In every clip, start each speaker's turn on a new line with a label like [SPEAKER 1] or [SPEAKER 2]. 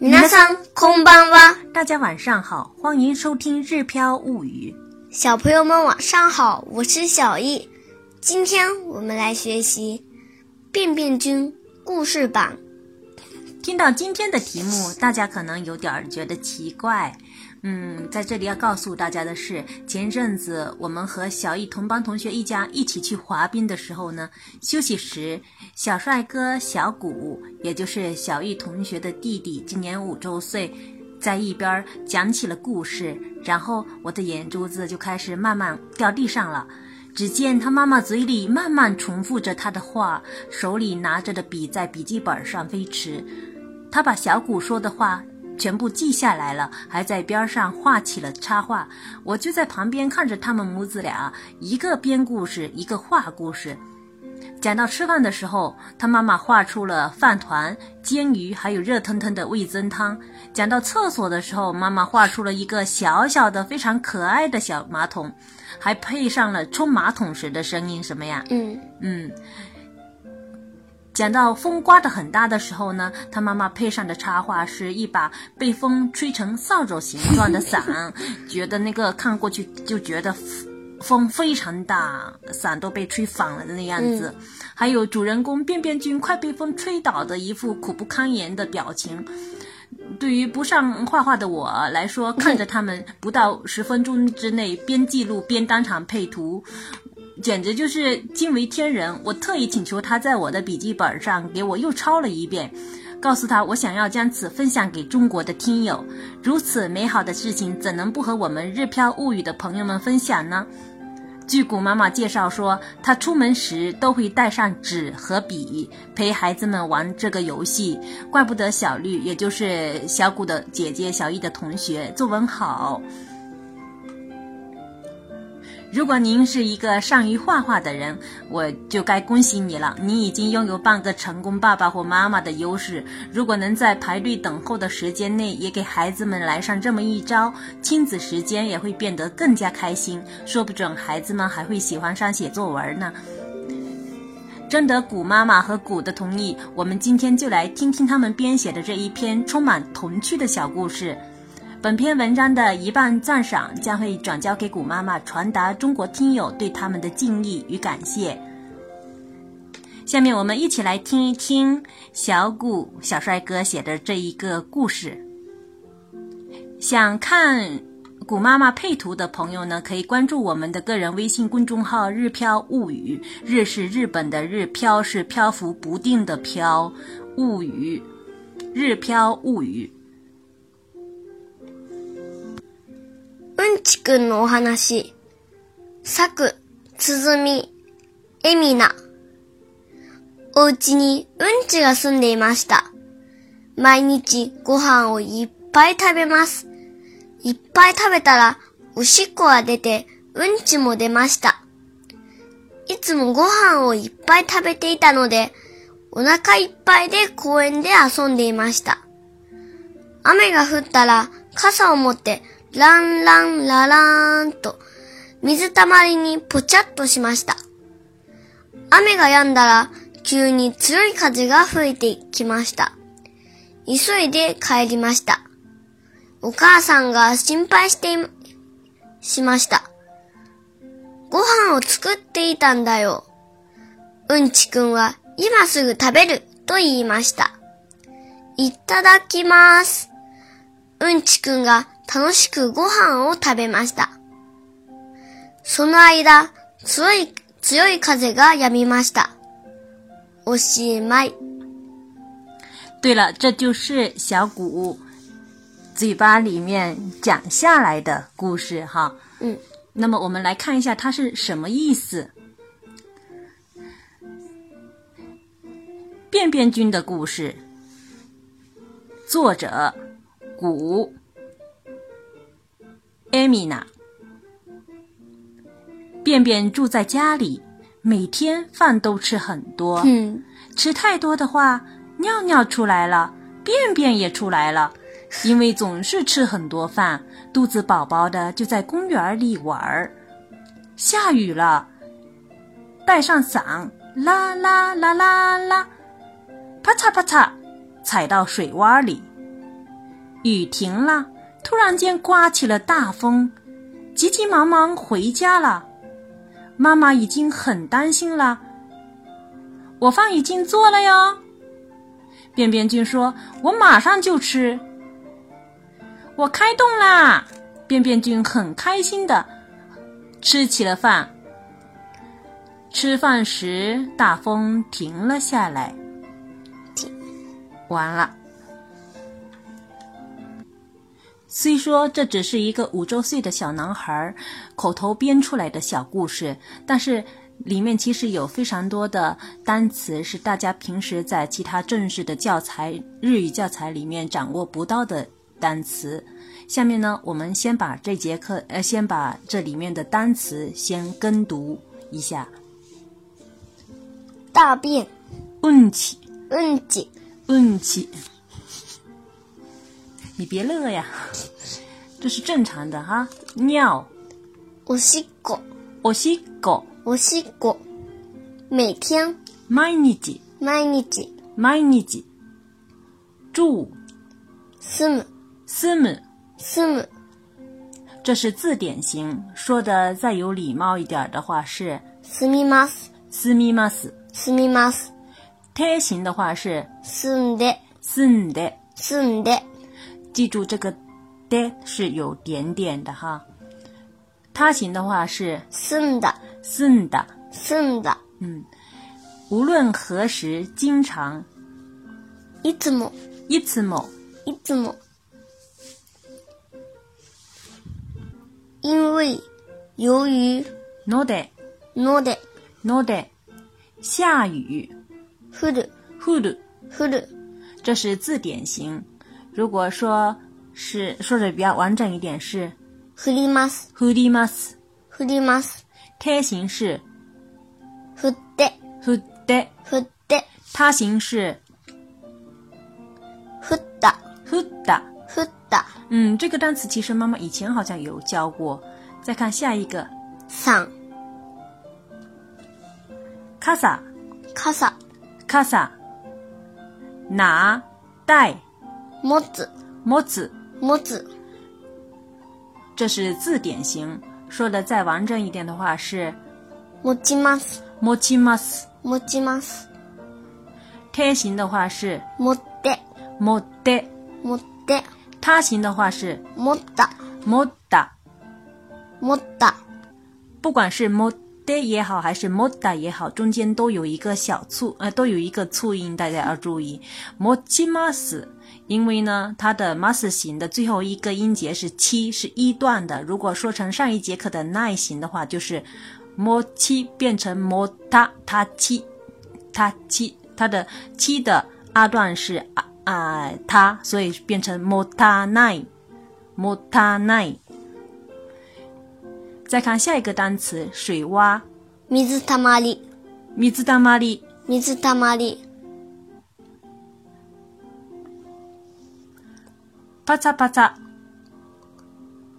[SPEAKER 1] 皆さんこんばんは，
[SPEAKER 2] 大家晚上好，欢迎收听《日飘物语》。
[SPEAKER 1] 小朋友们晚上好，我是小易。今天我们来学习《变变君》故事版。
[SPEAKER 2] 听到今天的题目，大家可能有点儿觉得奇怪。嗯，在这里要告诉大家的是，前阵子我们和小易同班同学一家一起去滑冰的时候呢，休息时，小帅哥小谷，也就是小易同学的弟弟，今年五周岁，在一边儿讲起了故事，然后我的眼珠子就开始慢慢掉地上了。只见他妈妈嘴里慢慢重复着他的话，手里拿着的笔在笔记本上飞驰。他把小谷说的话全部记下来了，还在边上画起了插画。我就在旁边看着他们母子俩，一个编故事，一个画故事。讲到吃饭的时候，他妈妈画出了饭团、煎鱼，还有热腾腾的味增汤。讲到厕所的时候，妈妈画出了一个小小的、非常可爱的小马桶，还配上了冲马桶时的声音，什么呀？
[SPEAKER 1] 嗯，
[SPEAKER 2] 嗯。讲到风刮得很大的时候呢，他妈妈配上的插画是一把被风吹成扫帚形状的伞，觉得那个看过去就觉得风非常大，伞都被吹反了的那样子。还有主人公便便君快被风吹倒的一副苦不堪言的表情。对于不上画画的我来说，看着他们不到十分钟之内边记录边当场配图，简直就是惊为天人。我特意请求他在我的笔记本上给我又抄了一遍，告诉他我想要将此分享给中国的听友。如此美好的事情，怎能不和我们日飘物语的朋友们分享呢？据谷妈妈介绍说，她出门时都会带上纸和笔，陪孩子们玩这个游戏。怪不得小绿，也就是小谷的姐姐小易的同学，作文好。如果您是一个善于画画的人，我就该恭喜你了，你已经拥有半个成功爸爸或妈妈的优势。如果能在排队等候的时间内，也给孩子们来上这么一招，亲子时间也会变得更加开心。说不准孩子们还会喜欢上写作文呢。征得谷妈妈和谷的同意，我们今天就来听听他们编写的这一篇充满童趣的小故事。本篇文章的一半赞赏将会转交给谷妈妈，传达中国听友对他们的敬意与感谢。下面我们一起来听一听小谷小帅哥写的这一个故事。想看谷妈妈配图的朋友呢，可以关注我们的个人微信公众号“日飘物语”，日是日本的日，飘是漂浮不定的飘，物语，日飘物语。
[SPEAKER 1] うんちくんのお話。さく、つづみ、えみな。お家にうんちが住んでいました。毎日ご飯をいっぱい食べます。いっぱい食べたら、おしっこは出て、うんちも出ました。いつもご飯をいっぱい食べていたので、お腹いっぱいで公園で遊んでいました。雨が降ったら傘を持ってランランララーンと水たまりにポチャッとしました。雨が止んだら急に強い風が吹いてきました。急いで帰りました。お母さんが心配していま、しました。ご飯を作っていたんだよ。うんちくんは今すぐ食べると言いました。いただきます。うんちくんが楽しくご飯を食べました。その間、強い、強い風が止みました。おしまい。
[SPEAKER 2] 对了，这就是小谷嘴巴里面讲下来的故事哈。
[SPEAKER 1] 嗯，
[SPEAKER 2] 那么我们来看一下它是什么意思。便便君的故事，作者谷艾米娜。便便住在家里，每天饭都吃很多。
[SPEAKER 1] うん。
[SPEAKER 2] 吃太多的话，尿尿出来了，便便也出来了。因为总是吃很多饭，肚子饱饱的，就在公园里玩儿。下雨了，带上伞，啦啦啦啦啦，啪嚓啪嚓，踩到水洼里。雨停了，突然间刮起了大风，急急忙忙回家了。妈妈已经很担心了。我饭已经做了哟。便便君说：“我马上就吃。”我开动啦！便便君很开心的吃起了饭。吃饭时，大风停了下来。完了。虽说这只是一个五周岁的小男孩口头编出来的小故事，但是里面其实有非常多的单词是大家平时在其他正式的教材日语教材里面掌握不到的单词。下面呢，我们先把这节课呃，先把这里面的单词先跟读一下：
[SPEAKER 1] 大便、
[SPEAKER 2] 运气，
[SPEAKER 1] うんち、
[SPEAKER 2] 运气。你别乐呀，这是正常的哈。尿，
[SPEAKER 1] おしっこ、
[SPEAKER 2] おしっこ、
[SPEAKER 1] おしっこ。每天、
[SPEAKER 2] 毎日、
[SPEAKER 1] 毎日、
[SPEAKER 2] 毎日。住、
[SPEAKER 1] 住む、
[SPEAKER 2] 住む，
[SPEAKER 1] 住む、
[SPEAKER 2] 这是字典型。说的再有礼貌一点的话是
[SPEAKER 1] 住みます、
[SPEAKER 2] 住みます，
[SPEAKER 1] 住みます。
[SPEAKER 2] 贴形的话是
[SPEAKER 1] 住んで、
[SPEAKER 2] 住んで。
[SPEAKER 1] 住んで、
[SPEAKER 2] 记住这个“的”是有点点的哈。他形的话是
[SPEAKER 1] 住んだ、
[SPEAKER 2] 住んだ。嗯
[SPEAKER 1] 住んだ。
[SPEAKER 2] 无论何时，经常
[SPEAKER 1] いつも、
[SPEAKER 2] いつも
[SPEAKER 1] いつも。因为、由于、
[SPEAKER 2] ので
[SPEAKER 1] ので、
[SPEAKER 2] ので下雨
[SPEAKER 1] 降る、
[SPEAKER 2] 降る。
[SPEAKER 1] 降る。
[SPEAKER 2] 这是字典型。如果说是说的比较完整一点是
[SPEAKER 1] 降ります、
[SPEAKER 2] 降ります。
[SPEAKER 1] 降ります。
[SPEAKER 2] 贴形是
[SPEAKER 1] 降って、
[SPEAKER 2] 降って，
[SPEAKER 1] 降って、
[SPEAKER 2] 他形是
[SPEAKER 1] 降った、
[SPEAKER 2] 降った。
[SPEAKER 1] 降った。
[SPEAKER 2] 嗯，这个单词其实妈妈以前好像有教过。再看下一个，
[SPEAKER 1] さん、
[SPEAKER 2] 傘、
[SPEAKER 1] 傘、
[SPEAKER 2] 傘、拿、带、
[SPEAKER 1] 持つ、
[SPEAKER 2] 持つ，
[SPEAKER 1] 持つ。
[SPEAKER 2] 这是字典型。说的再完整一点的话是
[SPEAKER 1] 持ちます、
[SPEAKER 2] 持ちます。
[SPEAKER 1] 持ちます。
[SPEAKER 2] 贴形的话是
[SPEAKER 1] 持って、
[SPEAKER 2] 持って，
[SPEAKER 1] 持って、
[SPEAKER 2] 他形的话是
[SPEAKER 1] 持った、
[SPEAKER 2] 持った。
[SPEAKER 1] 持った。
[SPEAKER 2] 不管是 m o d 也好，还是 m o d 也好，中间都有一个小促，呃，都有一个促音，大家要注意。m o c h i m a s 因为呢，它的 mas 型的最后一个音节是七，是一段的。如果说成上一节课的 nine 型的话，就是 m o c h 变成 m o t 它七，它七，它的七的啊段是啊啊它，所以变成 m o t a nine，m o t a nine。再看下一个单词，水洼。
[SPEAKER 1] 水たまり、
[SPEAKER 2] 水たまり、
[SPEAKER 1] 水たまり。
[SPEAKER 2] パツァパツァ、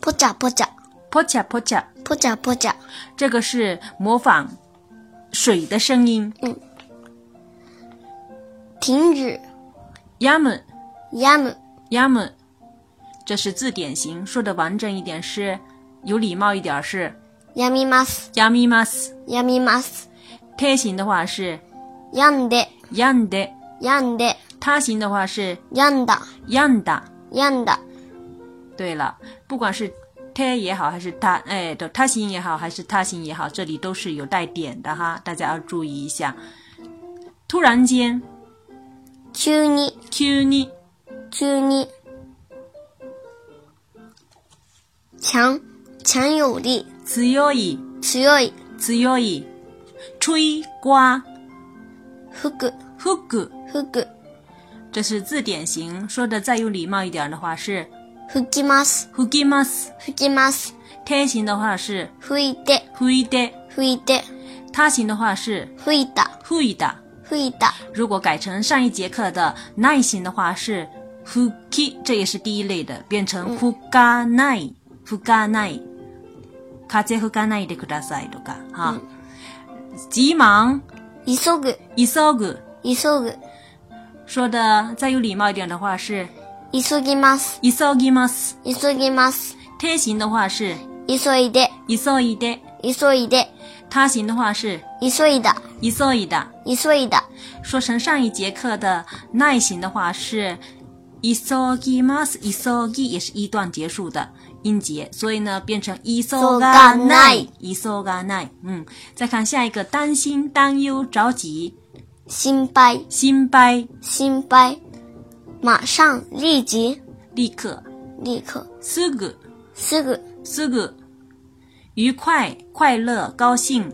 [SPEAKER 1] ぽちゃぽちゃ、
[SPEAKER 2] ポチャポチャ，
[SPEAKER 1] ぽちゃぽちゃ。
[SPEAKER 2] 这个是模仿水的声音。
[SPEAKER 1] 停止、
[SPEAKER 2] やむ、
[SPEAKER 1] やむ、
[SPEAKER 2] やむ，这是字典型。说的完整一点是，有礼貌一点是
[SPEAKER 1] やみます、
[SPEAKER 2] やみます。
[SPEAKER 1] やみます。
[SPEAKER 2] 贴形的话是
[SPEAKER 1] やんで、
[SPEAKER 2] やんで，
[SPEAKER 1] やんで、
[SPEAKER 2] 他形的话是
[SPEAKER 1] やんだ、
[SPEAKER 2] やんだ。
[SPEAKER 1] やんだ。
[SPEAKER 2] 对了，不管是贴也好，还是他哎，对，他形也好，还是他形也好，这里都是有带点的哈，大家要注意一下。突然间，
[SPEAKER 1] 急に、
[SPEAKER 2] 急に。
[SPEAKER 1] 急に。ちゃん、ちゃんより
[SPEAKER 2] 強い、
[SPEAKER 1] 強い、
[SPEAKER 2] 強い。吹、刮、
[SPEAKER 1] 吹く、
[SPEAKER 2] 吹く。
[SPEAKER 1] 吹く。
[SPEAKER 2] 这是字典型。说的再有礼貌一点的话是
[SPEAKER 1] 吹きます、
[SPEAKER 2] 吹きます。
[SPEAKER 1] 吹きます。
[SPEAKER 2] 天形的话是
[SPEAKER 1] 吹いて、
[SPEAKER 2] 吹いて。
[SPEAKER 1] 吹いて、
[SPEAKER 2] 他形的话是
[SPEAKER 1] 吹いた、
[SPEAKER 2] 吹いた。
[SPEAKER 1] 吹いた。
[SPEAKER 2] 如果改成上一节课的耐形的话是吹き，这也是第一类的，变成吹かない、吹かない。風吹かないでくださいとか哈。急忙、
[SPEAKER 1] 急ぐ、
[SPEAKER 2] 急ぐ。
[SPEAKER 1] 急ぐ。
[SPEAKER 2] 说的再有礼貌一点的话是
[SPEAKER 1] 急ぎます。
[SPEAKER 2] 急ぎます。
[SPEAKER 1] 急ぎます。
[SPEAKER 2] 贴形的话是
[SPEAKER 1] 急いで、
[SPEAKER 2] 急いで，
[SPEAKER 1] 急いで、
[SPEAKER 2] 他形的话是
[SPEAKER 1] 急いだ、
[SPEAKER 2] 急いだ。
[SPEAKER 1] 急いだ。
[SPEAKER 2] 说成上一节课的耐形的话是急ぎます，急ぎ也是一段结束的音节，所以呢变成急がない，急がない。嗯，再看下一个，担心、担忧、着急、
[SPEAKER 1] 心配、
[SPEAKER 2] 心配、
[SPEAKER 1] 心配。马上、立即、
[SPEAKER 2] 立刻、
[SPEAKER 1] 立刻、
[SPEAKER 2] すぐ、
[SPEAKER 1] すぐ、
[SPEAKER 2] すぐ、愉快、快乐、高兴、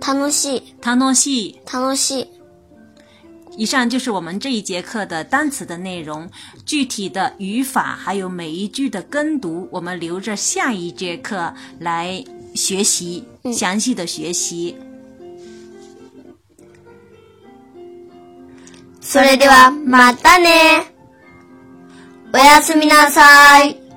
[SPEAKER 1] 楽しい、
[SPEAKER 2] 楽しい。
[SPEAKER 1] 楽しい。
[SPEAKER 2] 以上就是我们这一节课的单词的内容，具体的语法还有每一句的跟读，我们留着下一节课来学习，详细的学习。
[SPEAKER 1] それでは、またね。おやすみなさい。